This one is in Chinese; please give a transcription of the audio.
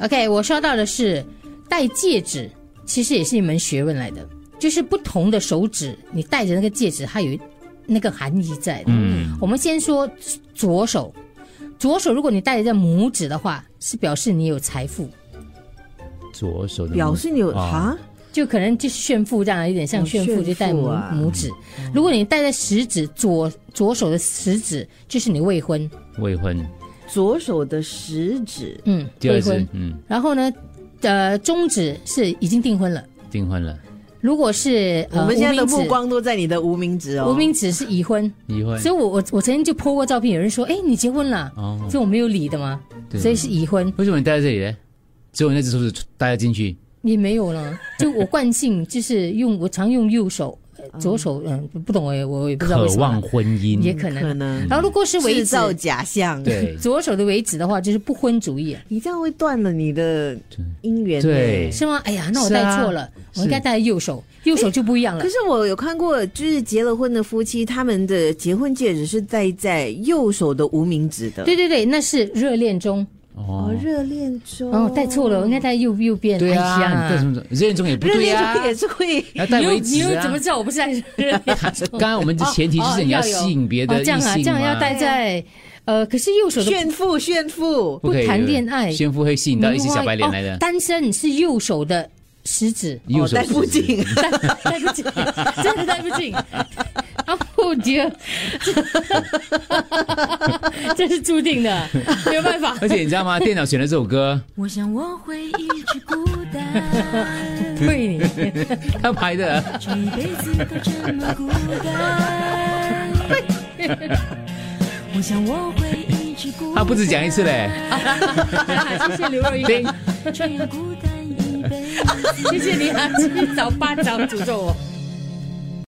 OK，我刷到的是戴戒指，其实也是一门学问来的，就是不同的手指，你戴着那个戒指，它有那个含义在的。嗯，我们先说左手，左手如果你戴着拇指的话，是表示你有财富，左手的拇表示你有啊啊，就可能就是炫富这样，有点像哦炫富，炫就戴富拇、啊拇指。如果你戴在食指，左左手的食指就是你未婚，未婚，左手的食指嗯，第未二次婚。嗯然后呢，呃，中指是已经订婚了。订婚了，如果是、呃、我们现在的无名指目光都在你的无名指哦，无名指是已婚，离婚所以我我我曾经就 po 过照片，有人说，哎，你结婚了，哦，所以我没有理的嘛，对所以是已婚为什么你待在这里呢？只有那只手指待了进去，也没有了。就我惯性就是用我常用右手，呃左手嗯不懂哎，我也不知道为渴什么望，婚也姻，可能。嗯可能然后如果是为制止，造假象，，对左手的为止的话，就是不婚主义，你这样会断了你的对姻缘。对，是吗？哎呀，那我是戴啊错了，我应该戴右手，右手就不一样了可。是我有看过，就是结了婚的夫妻，他们的结婚戒指是戴在右手的无名指的。对对对，那是热恋中哦哦，，热恋中哦，戴错了，我应该戴右右边。对啊，哎呀你戴什么手？热恋中也不热对恋啊中，也 是会。要戴你又为你止又啊怎么。知道我不是在热恋 中？刚刚我们的前提就是你哦哦要有吸引别的哦，异这性样嘛啊，，这样要戴在呃，可是右手的炫富，炫富！不可以不谈恋爱先夫会吸引到一些小白脸来哦的，，单身是右手的食指 右手哦戴不指紧，戴戴不进， 真的戴不进。 啊不绝，这 这是注定的，没有办法。 而且你知道吗？电脑选了这首歌，我想我会一直孤单，对你， 他排的这一辈子都这么孤单。我想我会一直孤单，他不止讲一次嘞，谢谢刘若英， 叮，这样孤单一辈 子。谢谢你啊，今早八早诅咒我。